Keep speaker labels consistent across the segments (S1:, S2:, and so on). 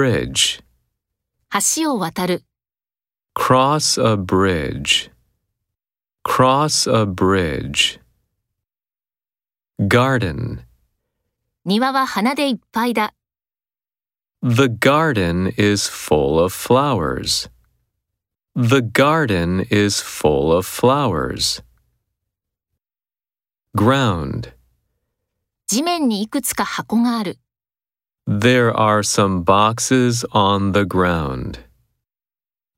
S1: Bridge.
S2: 橋を渡る、
S1: Cross a bridge. Cross a bridge. Garden.
S2: 庭は花でいっぱいだ。
S1: The garden is full of flowers. The garden is full of flowers. Ground.
S2: 地面にいくつか箱がある。
S1: There are some boxes on the ground.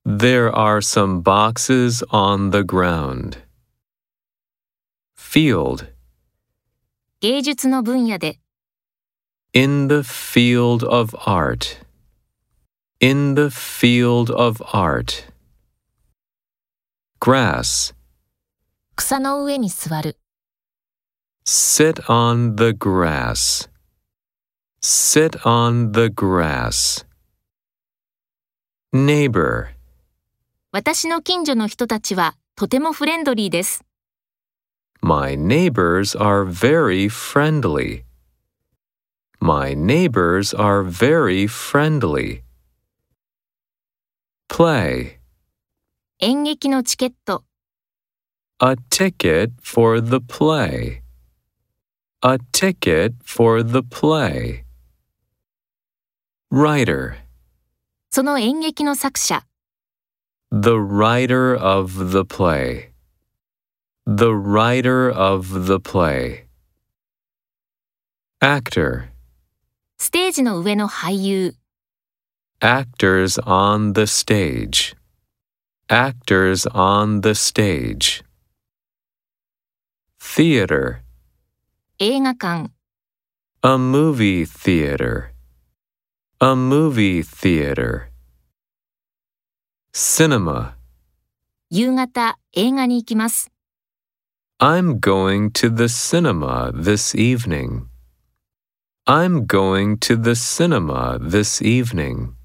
S1: There are some boxes on the ground. Field.
S2: 芸術の分野で、
S1: In the field of art. In the field of art. Grass.
S2: 草の上に座る。
S1: Sit on the grass. Sit on the grass. Neighbor.
S2: 私の近所の人たちはとてもフレンドリーです。
S1: My neighbors are very friendly. My neighbors are very friendly. Play.
S2: 演劇のチケット、
S1: A ticket for the play. A ticket for the play. Writer.
S2: その演劇の作者、
S1: The writer of the play. The writer of the play. Actor.
S2: ステージの上の俳優、
S1: Actors on the stage. Actors on the stage. Theater.
S2: 映画館、
S1: A movie theater. A movie theater. Cinema.
S2: 夕方映画に行きます。
S1: I'm going to the cinema this evening. I'm going to the cinema this evening.